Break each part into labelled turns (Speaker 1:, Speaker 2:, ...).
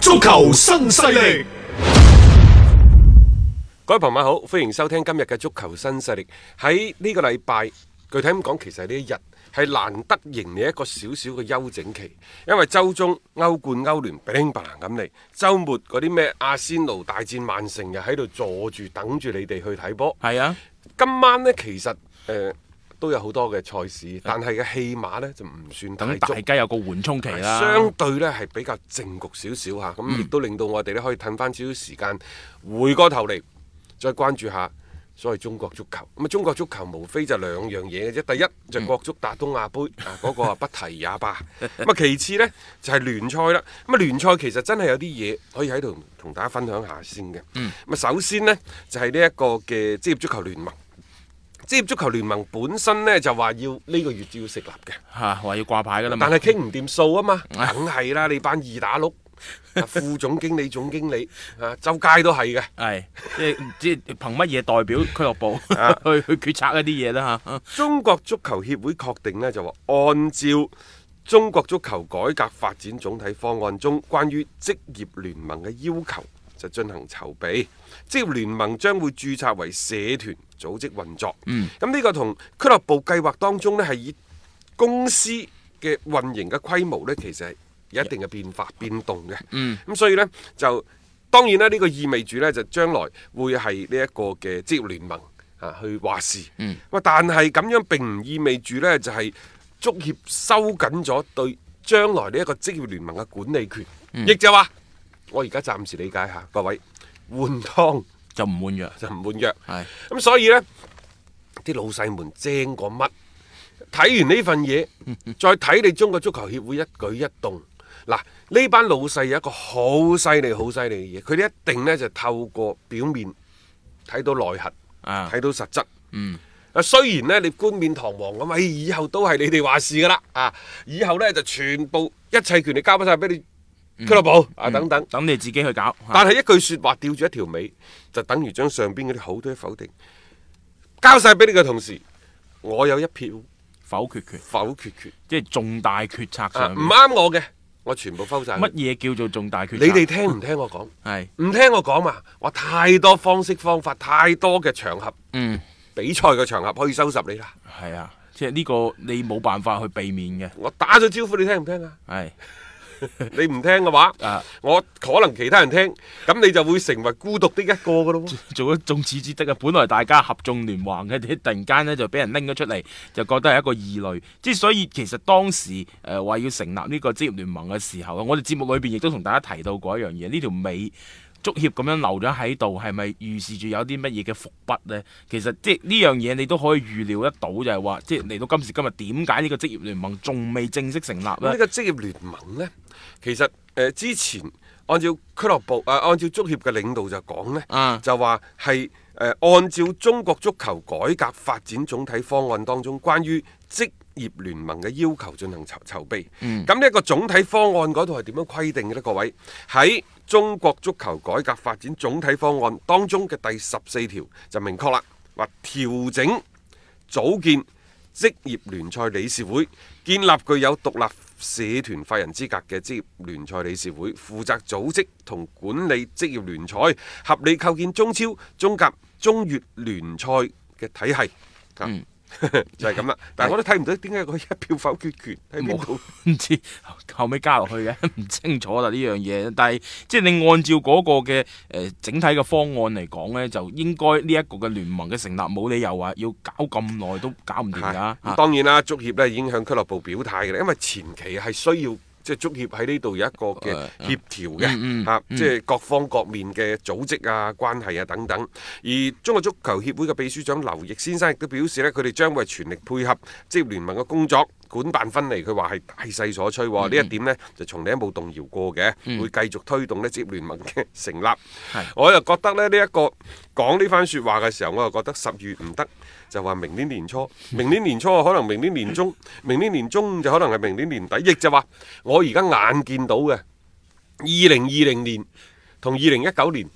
Speaker 1: 足球新勢力，
Speaker 2: 各位朋友好，歡迎收聽今日嘅足球新勢力。喺呢個禮拜，具體咁講，其實呢一日係難得迎嚟一個少少嘅休整期，因為周中歐冠、歐聯乒乓咁嚟，週末嗰啲咩阿仙奴大戰曼城又喺度坐住等住你哋去睇波。
Speaker 3: 係啊，
Speaker 2: 今晚呢，其實誒、呃都有好多嘅賽事，但係嘅戲碼呢就唔算
Speaker 3: 等
Speaker 2: 太
Speaker 3: 大
Speaker 2: 足。
Speaker 3: 家有個緩衝期啦。
Speaker 2: 相對呢係比較靜局少少嚇，咁亦都令到我哋呢可以褪翻少少時間，回過頭嚟再關注下所謂中國足球。咁啊，中國足球無非就兩樣嘢嘅啫，第一就國足打東亞杯啊，嗰個啊不提也罷。咁啊，其次呢就係聯賽啦。咁啊，聯賽其實真係有啲嘢可以喺度同大家分享下先嘅。咁啊，首先呢就係呢一個嘅職業足球聯盟。職業足球聯盟本身呢，就話要呢個月就要成立嘅。
Speaker 3: 嚇話要掛牌㗎啦嘛。
Speaker 2: 但係傾唔掂數啊嘛，梗係啦，你班二打六，啊副總經理、總經理啊，周街都係嘅。
Speaker 3: 係即係即係憑乜嘢代表俱樂部 去去決策一啲嘢啦嚇？
Speaker 2: 中國足球協會確定呢，就話，按照中國足球改革發展總體方案中關於職業聯盟嘅要求，就進行籌備。職業聯盟將會註冊為社團組織運作。嗯，咁呢個同俱樂部計劃當中呢，係以公司嘅運營嘅規模呢，其實係有一定嘅變化變動嘅。嗯，咁所以呢，就當然啦，呢、個意味住呢，就將來會係呢一個嘅職業聯盟啊去話事。嗯，但係咁樣並唔意味住呢，就係、足協收緊咗對將來呢一個職業聯盟嘅管理權，亦、就話我而家暫時理解下各位換湯
Speaker 3: 就唔滿約。
Speaker 2: 就唔換藥。
Speaker 3: 係
Speaker 2: 咁所以呢，啲老細們精過乜？睇完呢份嘢，再睇你中國足球協會一舉一動。嗱，呢班老細有一個好犀利、好犀利嘅嘢，佢哋一定呢就透過表面睇到內核，
Speaker 3: 啊
Speaker 2: 睇到實質。嗯。啊，雖然呢，你冠冕堂皇咁，哎，以後都係你哋話事噶啦，啊，以後呢，就全部一切權力交翻晒俾你俱樂部、啊等等。
Speaker 3: 等你自己去搞。
Speaker 2: 但係一句説話吊住一條尾，就等於將上邊嗰啲好多嘢否定，交晒俾你嘅同時，我有一票
Speaker 3: 否決權，
Speaker 2: 否決權，
Speaker 3: 即係重大決策
Speaker 2: 啊
Speaker 3: 上
Speaker 2: 唔
Speaker 3: 面。
Speaker 2: 啱我嘅，我全部摟晒佢。
Speaker 3: 乜嘢叫做重大決策？
Speaker 2: 你哋聽唔聽我講？
Speaker 3: 係
Speaker 2: 唔聽我講嘛？我太多方式方法，太多嘅場合，
Speaker 3: 嗯
Speaker 2: 比賽嘅場合可以收拾你啦。
Speaker 3: 係啊，即係呢個你冇辦法去避免嘅。
Speaker 2: 我打咗招呼，你聽唔 聽啊？
Speaker 3: 係
Speaker 2: 你唔聽嘅話，
Speaker 3: 啊
Speaker 2: 我可能其他人聽，咁你就會成為孤獨的一個噶咯喎。
Speaker 3: 做咗眾矢之的啊！本來大家合眾聯盟嘅，突然間呢就俾人拎咗出嚟，就覺得係一個異類。即係所以其實當時誒話、要成立呢個職業聯盟嘅時候，我哋節目裏邊亦都同大家提到過一樣嘢，呢條尾。足協咁樣留咗喺度，係咪預示住有啲乜嘢嘅伏筆呢？其實即係呢樣嘢，你都可以預料得到，就係話即係嚟到今時今日，點解呢個職業聯盟仲未正式成立
Speaker 2: 咁
Speaker 3: 呢
Speaker 2: 呢？個職業聯盟呢，其實誒、呃之前按照俱樂部啊、按照足協嘅領導就講呢，
Speaker 3: 啊
Speaker 2: 就話係誒按照中國足球改革發展總體方案當中關於職業聯盟嘅要求進行籌籌備。咁呢一個總體方案嗰度係點樣規定嘅呢？各位喺中國足球改革發展總體方案當中嘅第十四條就明確啦，話調整。組建職業聯賽理事會，建立具有獨立社團法人資格嘅職業聯賽理事會，負責組織同管理職業聯賽，合理構建中超、中甲、中乙聯賽嘅體系。啊 就係咁啦。但係我都睇唔到點解個一票否決權喺邊度。
Speaker 3: 唔知後尾加落去嘅， 唔清楚啦呢樣嘢。但係即係你按照嗰個嘅誒、呃整體嘅方案嚟講呢，就應該呢一個嘅聯盟嘅成立冇理由話要搞咁耐都搞唔掂㗎。
Speaker 2: 嚇咁
Speaker 3: 啊
Speaker 2: 當然啦，足協咧已經向俱樂部表態嘅啦，因為前期係需要即係足協喺呢度有一個嘅協調嘅嚇，即係各方各面嘅組織啊、關係啊等等。而中國足球協會嘅秘書長劉奕先生亦都表示呢，佢哋將會全力配合職業聯盟嘅工作。管辦分離，佢話係大勢所趨喎，呢、一點呢，就從嚟都冇動搖過嘅，會繼續推動呢職業聯盟嘅成立。我又覺得呢，呢、一個講呢番説話嘅時候，我又覺得十月唔得，就話明年年初，明年年初可能明年年中，明年年中就可能係明年年底，亦就話我而家眼見到嘅二零二零年同二零一九年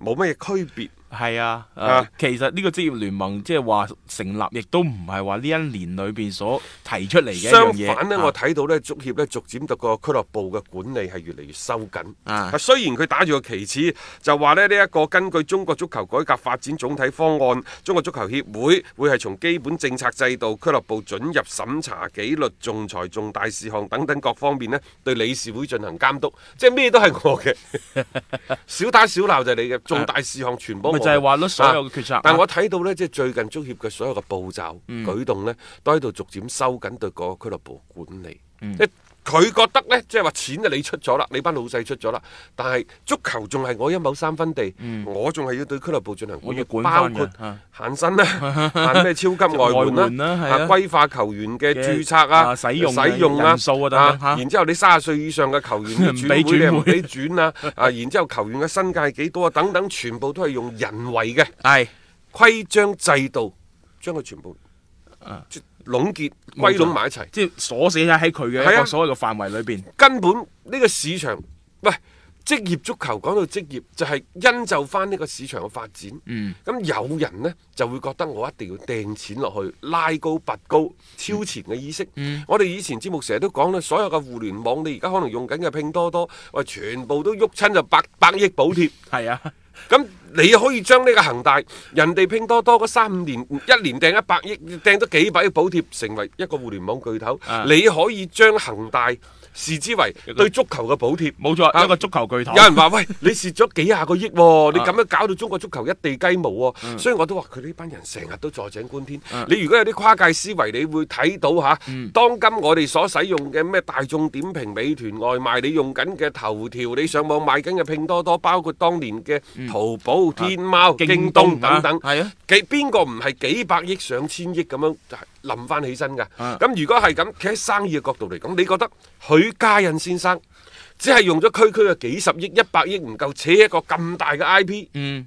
Speaker 2: 冇乜嘢區別。
Speaker 3: 係啊，誒、
Speaker 2: 啊
Speaker 3: 其實呢個職業聯盟即係話成立，亦都唔係話呢一年裏邊所提出嚟嘅一樣
Speaker 2: 相
Speaker 3: 嘢。
Speaker 2: 反呢，
Speaker 3: 啊
Speaker 2: 我睇到呢足協呢，逐漸對個俱樂部嘅管理係越嚟越收緊。
Speaker 3: 啊
Speaker 2: 雖然佢打住個旗幟，就話咧呢一個根據中國足球改革發展總體方案，中國足球協會會係從基本政策制度、俱樂部准入審查、紀律、仲裁、重大事項等等各方面呢，對理事會進行監督，即係咩都係 我嘅，小打小鬧就係你嘅，重大事項全部
Speaker 3: 咪
Speaker 2: 我
Speaker 3: 就係話咯所有嘅決策
Speaker 2: 啊但我睇到呢，即係最近足協嘅所有嘅步驟、
Speaker 3: 嗯
Speaker 2: 舉動呢，都喺度逐漸收緊對個俱樂部管理。
Speaker 3: 嗯
Speaker 2: 即係佢覺得呢，即係話錢就你出咗啦，你班老細出咗啦，但係足球仲係我一畝三分地，我仲係要對俱樂部進行
Speaker 3: 嗯我要
Speaker 2: 管
Speaker 3: 管返
Speaker 2: 理，包括
Speaker 3: 嘅啊
Speaker 2: 限薪啦、 限咩超級外
Speaker 3: 外
Speaker 2: 援
Speaker 3: 援啦
Speaker 2: 啦、
Speaker 3: 係
Speaker 2: 啊
Speaker 3: 啊
Speaker 2: 規劃球員嘅
Speaker 3: 嘅
Speaker 2: 註冊啊、
Speaker 3: 啊使用啊
Speaker 2: 使用啊、
Speaker 3: 人數啊等等嚇
Speaker 2: 然之後你三十歲以上嘅球 員嘅
Speaker 3: 唔
Speaker 2: 轉
Speaker 3: 俾
Speaker 2: 會你
Speaker 3: 轉
Speaker 2: 又唔
Speaker 3: 會
Speaker 2: 俾轉啊，啊，然之後球員嘅身價係幾多啊，等等，全部都係用人為嘅。
Speaker 3: 係
Speaker 2: 規章制度，將佢全部即壟結歸攏埋一齊，
Speaker 3: 即係鎖死咗喺佢嘅一
Speaker 2: 係啊
Speaker 3: 個所謂嘅範圍裏邊。
Speaker 2: 根本呢個市場，喂，職業足球講到職業就係因就翻呢個市場嘅發展。
Speaker 3: 嗯，
Speaker 2: 咁有人呢就會覺得我一定要掟錢落去，拉高拔高，超前嘅意識。我哋以前節目成日都講啦，所有嘅互聯網你而家可能用緊嘅拼多多，喂，全部都喐親就百百億補貼。
Speaker 3: 係啊，
Speaker 2: 咁你可以將呢個恒大人哋拼多多嗰三五年一年掟一百億，掟咗幾百億補貼，成為一個互聯網巨頭。
Speaker 3: 啊
Speaker 2: 你可以將恒大視之為對足球嘅補貼。
Speaker 3: 冇錯，
Speaker 2: 啊
Speaker 3: 一個足球巨頭。啊
Speaker 2: 有人話： 喂，你蝕咗幾廿個億喎、你咁樣搞到中國足球一地雞毛喎、
Speaker 3: 嗯
Speaker 2: 所以我都話佢呢班人成日都坐井觀天。你如果有啲跨界思維，你會睇到嚇，
Speaker 3: 嗯
Speaker 2: 當今我哋所使用嘅咩大眾點評、美團外賣，你用緊嘅頭條，你上網買緊嘅拼多多，包括當年嘅淘寶、天貓、
Speaker 3: 嗯啊京
Speaker 2: 京
Speaker 3: 東
Speaker 2: 東等等，
Speaker 3: 啊係啊
Speaker 2: 幾邊個唔係幾百億、上千億咁樣冧翻起身㗎？咁如果係咁，企喺生意嘅角度嚟講，你覺得許家印先生只係用咗區區嘅幾十億、一百億唔夠，扯一個咁大嘅 IP，
Speaker 3: 嗯，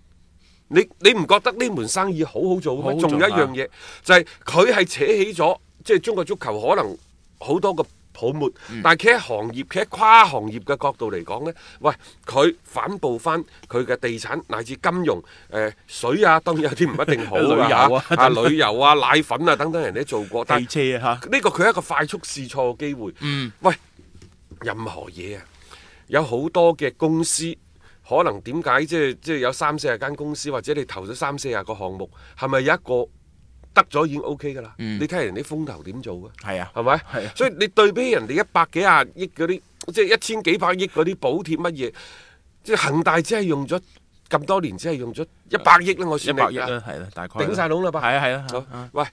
Speaker 2: 你你唔覺得呢門生意好好做
Speaker 3: 好
Speaker 2: 咩？
Speaker 3: 好做啊
Speaker 2: 仲有一樣嘢就係佢係扯起咗，即係中國足球可能好多個泡沫，
Speaker 3: 嗯
Speaker 2: 但係企喺行業、企喺跨行業嘅角度嚟講呢，喂，佢反哺翻佢嘅地產乃至金融、誒、水啊，當然有啲唔一定好
Speaker 3: 旅遊啊
Speaker 2: 㗎嚇啊旅遊啊、奶粉啊等等，人哋都做過，但
Speaker 3: 汽車啊
Speaker 2: 呢個佢係一個快速試錯嘅機會。嗯，喂，任何嘢啊，有好多嘅公司。可能點解即係即係有三四十間公司，或者你投咗三四十個項目，係咪有一個得咗已經 O K 㗎啦？你睇下人哋風投點做嘅，
Speaker 3: 係啊
Speaker 2: 係咪？
Speaker 3: 嗯係啊
Speaker 2: 所以你對比人哋一百幾廿億嗰啲，即係一千幾百億嗰啲補貼乜嘢，即係恒大只係用咗咁多年，只係用咗一百億啦，我
Speaker 3: 一
Speaker 2: 算
Speaker 3: 百
Speaker 2: 你
Speaker 3: 億啦，係啦，大概
Speaker 2: 頂晒籠啦吧
Speaker 3: 係啊係啊係
Speaker 2: 好
Speaker 3: 啊，啊
Speaker 2: 喂，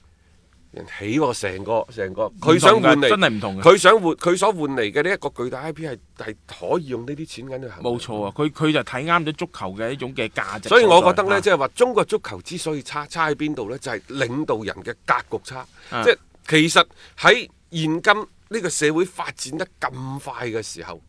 Speaker 2: 人起喎成個成個，
Speaker 3: 同
Speaker 2: 佢想換嚟
Speaker 3: 㗎真係唔同㗎
Speaker 2: 佢想換佢所換嚟嘅呢一個巨大 I P 係係可以用呢啲錢銀去行。
Speaker 3: 冇錯啊！佢佢就睇啱咗足球嘅一種嘅價值在。
Speaker 2: 所以我覺得呢，即
Speaker 3: 係
Speaker 2: 係話中國足球之所以差，差喺邊度呢？就係、領導人嘅格局差。
Speaker 3: 啊
Speaker 2: 即係其實喺現今呢個社會發展得咁快嘅時候，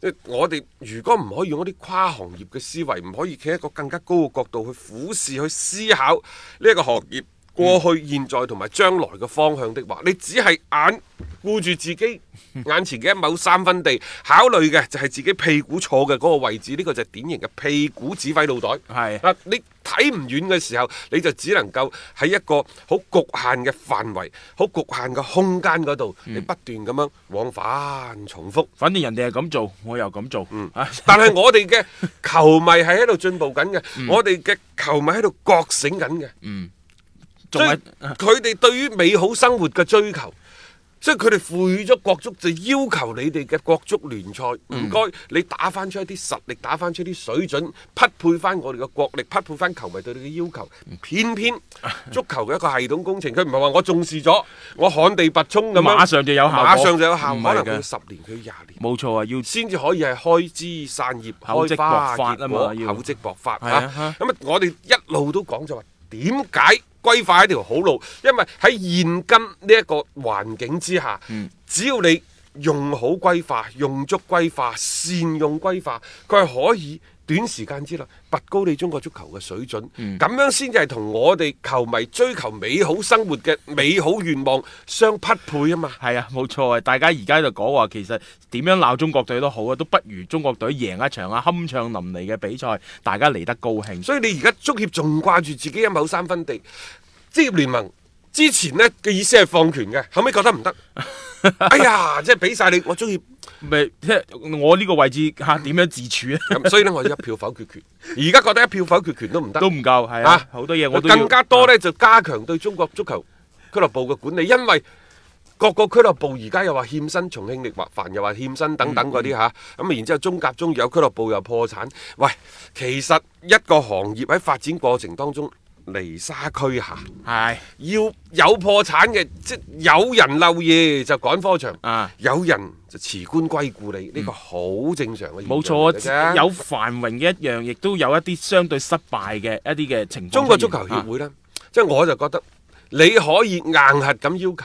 Speaker 2: 即係我哋如果唔可以用一啲跨行業嘅思維，唔可以企喺一個更加高嘅角度去俯視、去思考呢一個行業過
Speaker 3: 嗯
Speaker 2: 去、現在同埋將來嘅方向的話，你只係眼顧住自己眼前嘅一畝三分地，考慮嘅就係自己屁股坐嘅嗰個位置，呢、個就係典型嘅屁股指揮腦袋。
Speaker 3: 係
Speaker 2: 啊，你睇唔遠嘅時候，你就只能夠喺一個好局限嘅範圍、好局限嘅空間嗰度，你不斷咁樣往返重複。
Speaker 3: 反正人哋係咁做，我又咁做。嗯
Speaker 2: 但係我哋嘅球迷係喺度進步緊嘅，我哋嘅球迷喺度覺醒緊嘅。
Speaker 3: 仲係啊
Speaker 2: 佢哋對於美好生活嘅追求。所以佢哋賦予咗國足，就要求你哋嘅國足聯賽，
Speaker 3: 嗯
Speaker 2: 唔該、你打翻出一啲實力，打翻出一啲水準，匹配翻我哋嘅國力，匹配翻球迷對你嘅要求。
Speaker 3: 嗯
Speaker 2: 偏偏 足球嘅一個系統工程，佢唔係話我重視咗，我旱地拔葱咁樣，
Speaker 3: 馬上就有效果
Speaker 2: 馬上就有效，可
Speaker 3: 唔係
Speaker 2: 能
Speaker 3: 嘅
Speaker 2: 佢十年，佢廿年。
Speaker 3: 冇錯啊，要
Speaker 2: 先至可以係開枝散葉、
Speaker 3: 厚積
Speaker 2: 開
Speaker 3: 薄
Speaker 2: 花
Speaker 3: 發
Speaker 2: 結
Speaker 3: 啊
Speaker 2: 果
Speaker 3: 嘛要
Speaker 2: 厚積薄發
Speaker 3: 係啊
Speaker 2: 啊咁啊，我哋一路都講就話點解規劃一條好路？因為喺現今呢一個環境之下，
Speaker 3: 嗯
Speaker 2: 只要你用好規劃、用足規劃、善用規劃，佢係可以。短時間之內拔高你中國足球嘅水準，咁、
Speaker 3: 嗯
Speaker 2: 樣先至係同我哋球迷追求美好生活嘅美好願望相匹配啊嘛！
Speaker 3: 係啊，冇錯啊！大家而家就講話，其實點樣鬧中國隊都好啊，都不如中國隊贏一場啊，酣暢淋漓嘅比賽，大家嚟得高興。
Speaker 2: 所以你而家足協仲掛住自己一畝三分地，職業聯盟之前呢嘅意思係放權嘅，後尾覺得 唔得，哎呀，即係俾晒你，我足協
Speaker 3: 咪即係我呢個位置嚇點樣自 處咧？
Speaker 2: 咁，所以呢，我一票否決權，而家覺得一票否決權都唔得，
Speaker 3: 都唔夠，係啊
Speaker 2: 啊，
Speaker 3: 好多嘢我都要啊
Speaker 2: 更加多呢，就加強對中國足球俱樂部嘅管理，因為。各個俱樂部而家又話欠薪，重慶力或凡又話欠薪等等嗰啲
Speaker 3: 嗯
Speaker 2: 吓，咁、然之後中甲中有俱樂部又破產，喂，其實一個行業喺發展過程當中離沙俱下，
Speaker 3: 係
Speaker 2: 要有破產嘅，即有人漏夜就趕科場，
Speaker 3: 啊
Speaker 2: 有人就辭官歸故里，呢、個好正常嘅現象
Speaker 3: 冇錯啊！
Speaker 2: 嚟嘅啫
Speaker 3: 有繁榮嘅一樣，亦都有一啲相對失敗嘅一啲嘅情況出現。
Speaker 2: 中國足球協
Speaker 3: 啊
Speaker 2: 會呢，即係我就覺得你可以硬核咁要求，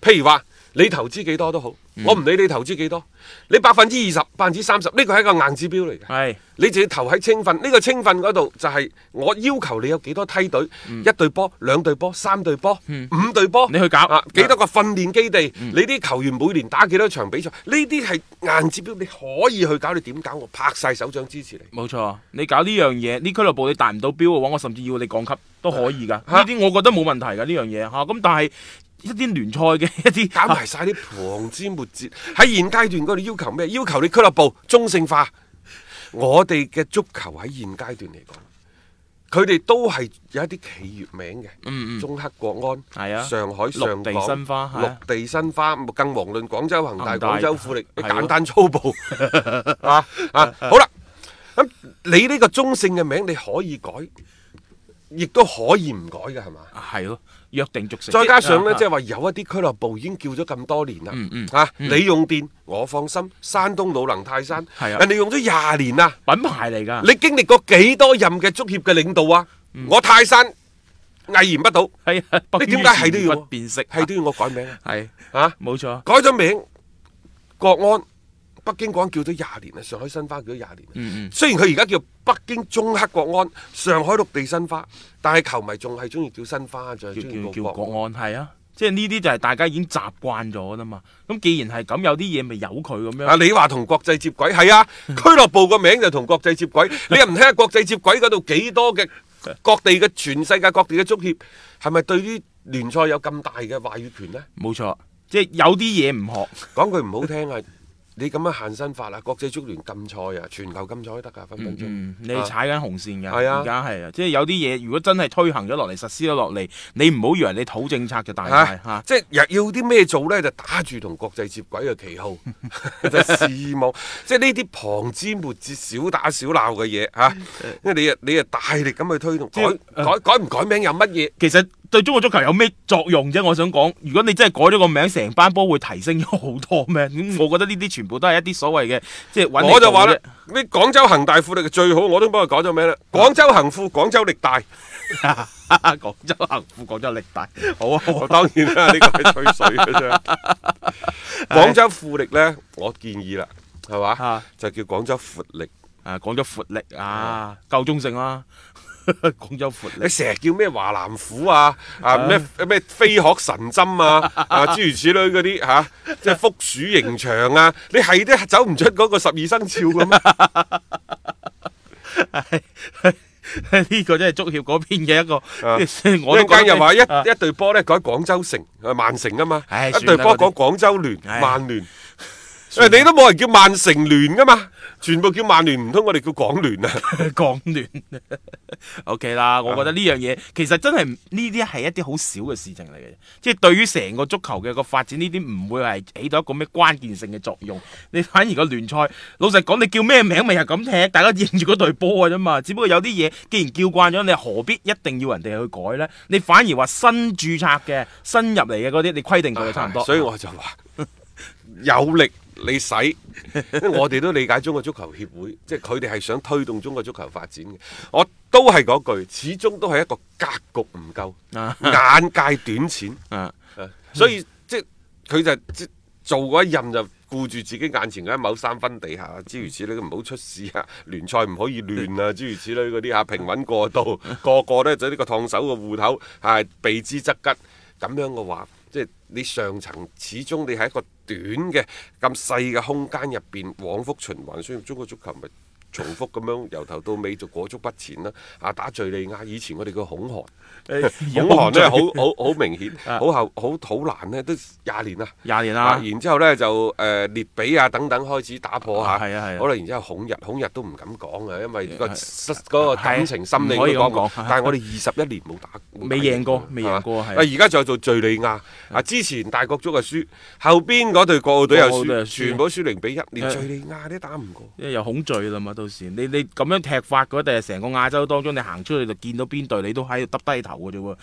Speaker 2: 譬如話你投資幾多都好，
Speaker 3: 嗯
Speaker 2: 我唔理你投資幾多，你百分之二十、百分之三十，呢個係一個硬指標嚟嘅。
Speaker 3: 啊係
Speaker 2: 你就要投喺青訓，呢、個青訓嗰度就係我要求你有幾多梯隊，一隊波、兩隊波、三隊波、五隊波，
Speaker 3: 嗯你去搞嗯
Speaker 2: 啊，幾多個訓練基地，你啲球員每年打幾多場比賽，呢啲係硬指標，你可以去搞，你點搞我拍晒手掌支持你。
Speaker 3: 冇錯，你搞呢樣嘢，呢俱樂部你達唔到標嘅話，我甚至要你降級都可以㗎。呢
Speaker 2: 嚇
Speaker 3: 啲我覺得冇問題㗎，呢樣嘢嚇。咁但係一啲聯賽嘅一啲啊
Speaker 2: 搞埋晒啲旁枝末節，喺現階段嗰度要求咩？要求你俱樂部中性化。我哋嘅足球喺現階段嚟講，佢哋都係有一啲企業名嘅，中黑國安。
Speaker 3: 嗯係啊，
Speaker 2: 上海上
Speaker 3: 陸
Speaker 2: 港
Speaker 3: 地申花係啊
Speaker 2: 陸地申花，更遑論廣州恒大、
Speaker 3: 恒大
Speaker 2: 廣州富力，
Speaker 3: 係喎
Speaker 2: 簡單粗暴 啊啊！好啦，咁你呢個中性嘅名你可以改，亦都可以唔改嘅係嘛？
Speaker 3: 啊係咯，約定俗成。
Speaker 2: 再加上呢，
Speaker 3: 啊
Speaker 2: 即係話有一啲俱樂部已經叫咗咁多年啦
Speaker 3: 嗯嗯，
Speaker 2: 啊，你用電我放心，山東魯能泰山，
Speaker 3: 係啊
Speaker 2: 人哋用咗廿年啦。
Speaker 3: 品牌嚟㗎。
Speaker 2: 你經歷過幾多任嘅足協嘅領導啊？我泰山毅然不倒，
Speaker 3: 嗯係啊，
Speaker 2: 你點解係都要
Speaker 3: 不變色？
Speaker 2: 係都要我改名啊？
Speaker 3: 係
Speaker 2: 啊
Speaker 3: 冇錯。
Speaker 2: 改咗名，國安北京國安叫咗廿年啦，啊上海申花叫咗廿年啦。啊
Speaker 3: 嗯嗯
Speaker 2: 雖然佢而家叫北京中黑國安、上海綠地申花，但係球迷仲係中意叫申花，仲係
Speaker 3: 叫
Speaker 2: 中意
Speaker 3: 叫
Speaker 2: 叫
Speaker 3: 叫
Speaker 2: 國安。
Speaker 3: 國安係啊，即係呢啲就係大家已經習慣咗啦嘛。咁既然係咁，有啲嘢咪由佢 咁樣。
Speaker 2: 啊！你話同國際接軌係啊，俱樂部個名就同國際接軌，你又唔睇下國際接軌嗰度幾多嘅各地嘅全世界各地嘅足協係咪對於聯賽有咁大嘅話語權呢？
Speaker 3: 冇錯，即係有啲嘢唔學。
Speaker 2: 講句唔好聽啊，你咁樣限薪法啊，國際足聯禁賽啊，全球禁賽都得㗎，分分鐘。
Speaker 3: 嗯，你
Speaker 2: 啊
Speaker 3: 踩緊紅線㗎，
Speaker 2: 係啊
Speaker 3: 而家係啊，即係有啲嘢，如果真係推行咗落嚟、實施咗落嚟，你唔好以為你土政策就大啊晒
Speaker 2: 嚇、
Speaker 3: 嚇，
Speaker 2: 即係要啲咩做呢？就打住同國際接軌嘅 旗號，就事望即係呢啲旁枝末節、小打小鬧嘅嘢嚇。因為你啊，你啊大力咁去推動
Speaker 3: 即係
Speaker 2: 改改改唔改名有乜嘢？
Speaker 3: 其實對中國足球有咩作用啫？我想講，如果你真係改咗個名，成班波會提升咗好多咩？ 咁我覺得呢啲全部都係一啲所謂嘅，即係揾
Speaker 2: 我就
Speaker 3: 話
Speaker 2: 話 啦，你廣州恒大富力嘅最好，我都幫佢改咗名啦。廣州恒富、廣州力大，
Speaker 3: 廣州恒富、廣州力 大，好啊，好
Speaker 2: 我
Speaker 3: 啊
Speaker 2: 當然啦，呢個係吹水嘅啫。廣州富力呢，我建議啦，係嘛
Speaker 3: 啊？
Speaker 2: 就叫廣州闊力。
Speaker 3: 啊，廣州闊力啊，夠中性啦， 廣州闊
Speaker 2: 你
Speaker 3: 力，
Speaker 2: 成日叫咩華南虎啊，啊咩咩飛鶴神針啊， 啊諸如此類嗰啲嚇，即係福鼠刑場啊，你係都走唔出嗰個十二生肖咁啊！
Speaker 3: 呢個真係足協嗰邊嘅一個，
Speaker 2: 啊
Speaker 3: 我都
Speaker 2: 一
Speaker 3: 覺得
Speaker 2: 間又話一
Speaker 3: 啊
Speaker 2: 一隊波咧改廣州城啊曼城啊嘛，
Speaker 3: 唉
Speaker 2: 一隊
Speaker 3: 算啦嗰
Speaker 2: 波改
Speaker 3: 啲
Speaker 2: 廣州聯
Speaker 3: 唉
Speaker 2: 曼聯，誒你都冇人叫曼城聯噶嘛，全部叫曼聯，唔通我哋叫港聯啊？
Speaker 3: 港聯，OK 啦，我覺得呢樣嘢其實真係唔呢啲係一啲好少嘅事情嚟嘅，即係對於成個足球嘅個發展呢啲唔會係起到一個咩關鍵性嘅作用。你反而個聯賽，老實講，你叫咩名咪係咁踢，大家認住嗰隊波嘅啫嘛。只不過有啲嘢既然叫慣咗，你何必一定要人哋去改呢？你反而話新註冊嘅、新入嚟嘅嗰啲，你規定佢就差唔多。
Speaker 2: 啊所以我就話 有力你使，因為我哋都理解中國足球協會，即係佢哋係想推動中國足球發展嘅。我都係嗰句，始終都係一個格局唔夠，
Speaker 3: 啊
Speaker 2: 眼界短淺，
Speaker 3: 啊
Speaker 2: 所以即係佢就即係做嗰一任就。顧住自己眼前嘅一畝三分地下，諸如此類，唔好出事啊！聯賽唔可以亂啊，諸如此類嗰啲嚇，平穩過渡，個個呢就呢個燙手嘅芋頭，係避之則吉。咁樣嘅話，即係你上層始終你喺一個短嘅咁細嘅空間入邊往復循環，所以中國足球咪重複咁樣由頭到尾就裹足不前啦。啊，打敍利亞以前我哋叫恐韓。恐韓咧 好好好明顯，好後好土蘭呢都廿年啦，
Speaker 3: 啊廿年啦
Speaker 2: 啊然之後呢，就誒、呃列比啊等等開始打破下，
Speaker 3: 啊係啊係啊
Speaker 2: 好啦，然之後恐日恐日都唔敢講啊，因為個嗰個感情心理
Speaker 3: 係唔可以
Speaker 2: 都
Speaker 3: 咁
Speaker 2: 講唔
Speaker 3: 講啊
Speaker 2: 但係我哋二十一年冇打，冇打
Speaker 3: 未贏過
Speaker 2: 贏
Speaker 3: 未贏過
Speaker 2: 係嘛
Speaker 3: 係
Speaker 2: 啊而家仲有做敍利亞啊，之前大國足嘅輸，後邊嗰隊國奧隊又
Speaker 3: 國奧隊又
Speaker 2: 輸，
Speaker 3: 輸
Speaker 2: 全部都輸零比一，連
Speaker 3: 誒
Speaker 2: 敍利亞都打唔過。
Speaker 3: 因為有恐懼啦嘛，到時你你咁樣踢法嗰，定係成個亞洲當中，你行出去就見到邊隊，你都喺度耷低頭嘅啫喎。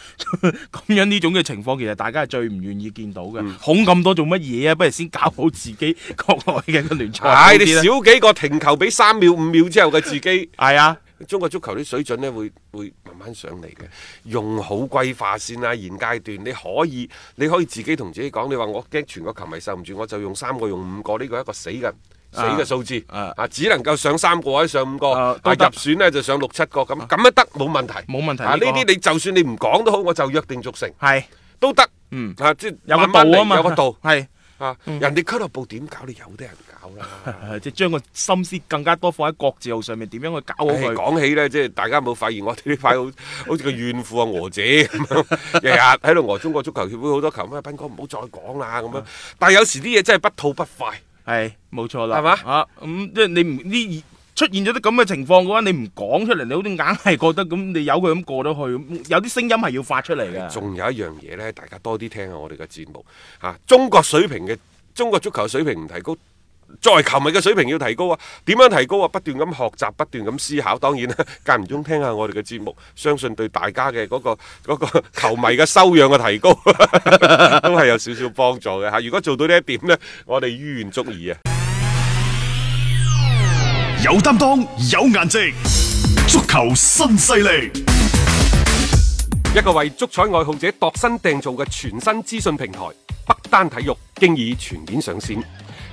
Speaker 3: 咁樣呢種嘅情況，其實大家係最唔願意見到嘅。
Speaker 2: 嗯
Speaker 3: 恐咁多做乜嘢啊？不如先搞好自己 國內嘅個聯賽啊好
Speaker 2: 唉、你
Speaker 3: 啲啦。
Speaker 2: 少幾個停球俾三秒五秒之後嘅自己。
Speaker 3: 係啊，
Speaker 2: 中國足球啲水準咧會會慢慢上嚟嘅，用好歸化先啦。現階段你可以你可以自己同自己講，你話我驚全個球迷受唔住，我就用三個用五個呢個一個死嘅死嘅數字
Speaker 3: 啊
Speaker 2: 只能夠上三個或者上五個，
Speaker 3: 啊都得啊
Speaker 2: 入選呢就上六七個咁咁都得冇問題，
Speaker 3: 冇問題
Speaker 2: 啊
Speaker 3: 呢
Speaker 2: 呢
Speaker 3: 個
Speaker 2: 啲你就算你唔講都好，我就約定俗成
Speaker 3: 係
Speaker 2: 都得。
Speaker 3: 嗯
Speaker 2: 啊即係
Speaker 3: 有個
Speaker 2: 慢慢嚟
Speaker 3: 度啊嘛，嗯
Speaker 2: 有個 度
Speaker 3: 係。
Speaker 2: 啊，人哋俱樂部點搞你有啲人搞啦。
Speaker 3: 誒即係將個心思更加多放喺國字號上面，點樣去搞好
Speaker 2: 唉
Speaker 3: 佢？
Speaker 2: 哎講起咧，即係大家有冇發現我哋呢排好 好似個怨婦啊娥姐咁樣，日日喺度娥中國足球協會好多球迷，啊斌哥唔好再講啦咁樣。但係有時啲嘢真係不吐不快，
Speaker 3: 係冇錯啦，
Speaker 2: 係嘛
Speaker 3: 啊，咁、即係你唔呢出現咗啲咁嘅情況嘅話，你唔講出嚟，你好似硬係覺得咁，你由佢咁過咗去，有啲聲音係啊要發出嚟嘅。
Speaker 2: 仲有一樣嘢呢，大家多啲聽下啊我哋嘅節目嚇、啊中國水平嘅中國足球水平唔提高。作為球迷嘅水平要提高啊！點樣提高啊？不斷咁學習，不斷咁思考。當然啦， 間唔中聽下我哋嘅節目，相信對大家嘅嗰、個 嗰個球迷嘅修養嘅提高， 都係有少少幫助嘅嚇。如果做到呢一點呢，我哋於願足矣啊！
Speaker 4: 有擔當，有顏值，足球新勢力。
Speaker 2: 一個為足彩愛好者度身訂造嘅全新資訊平台北單體育，經已全面上線。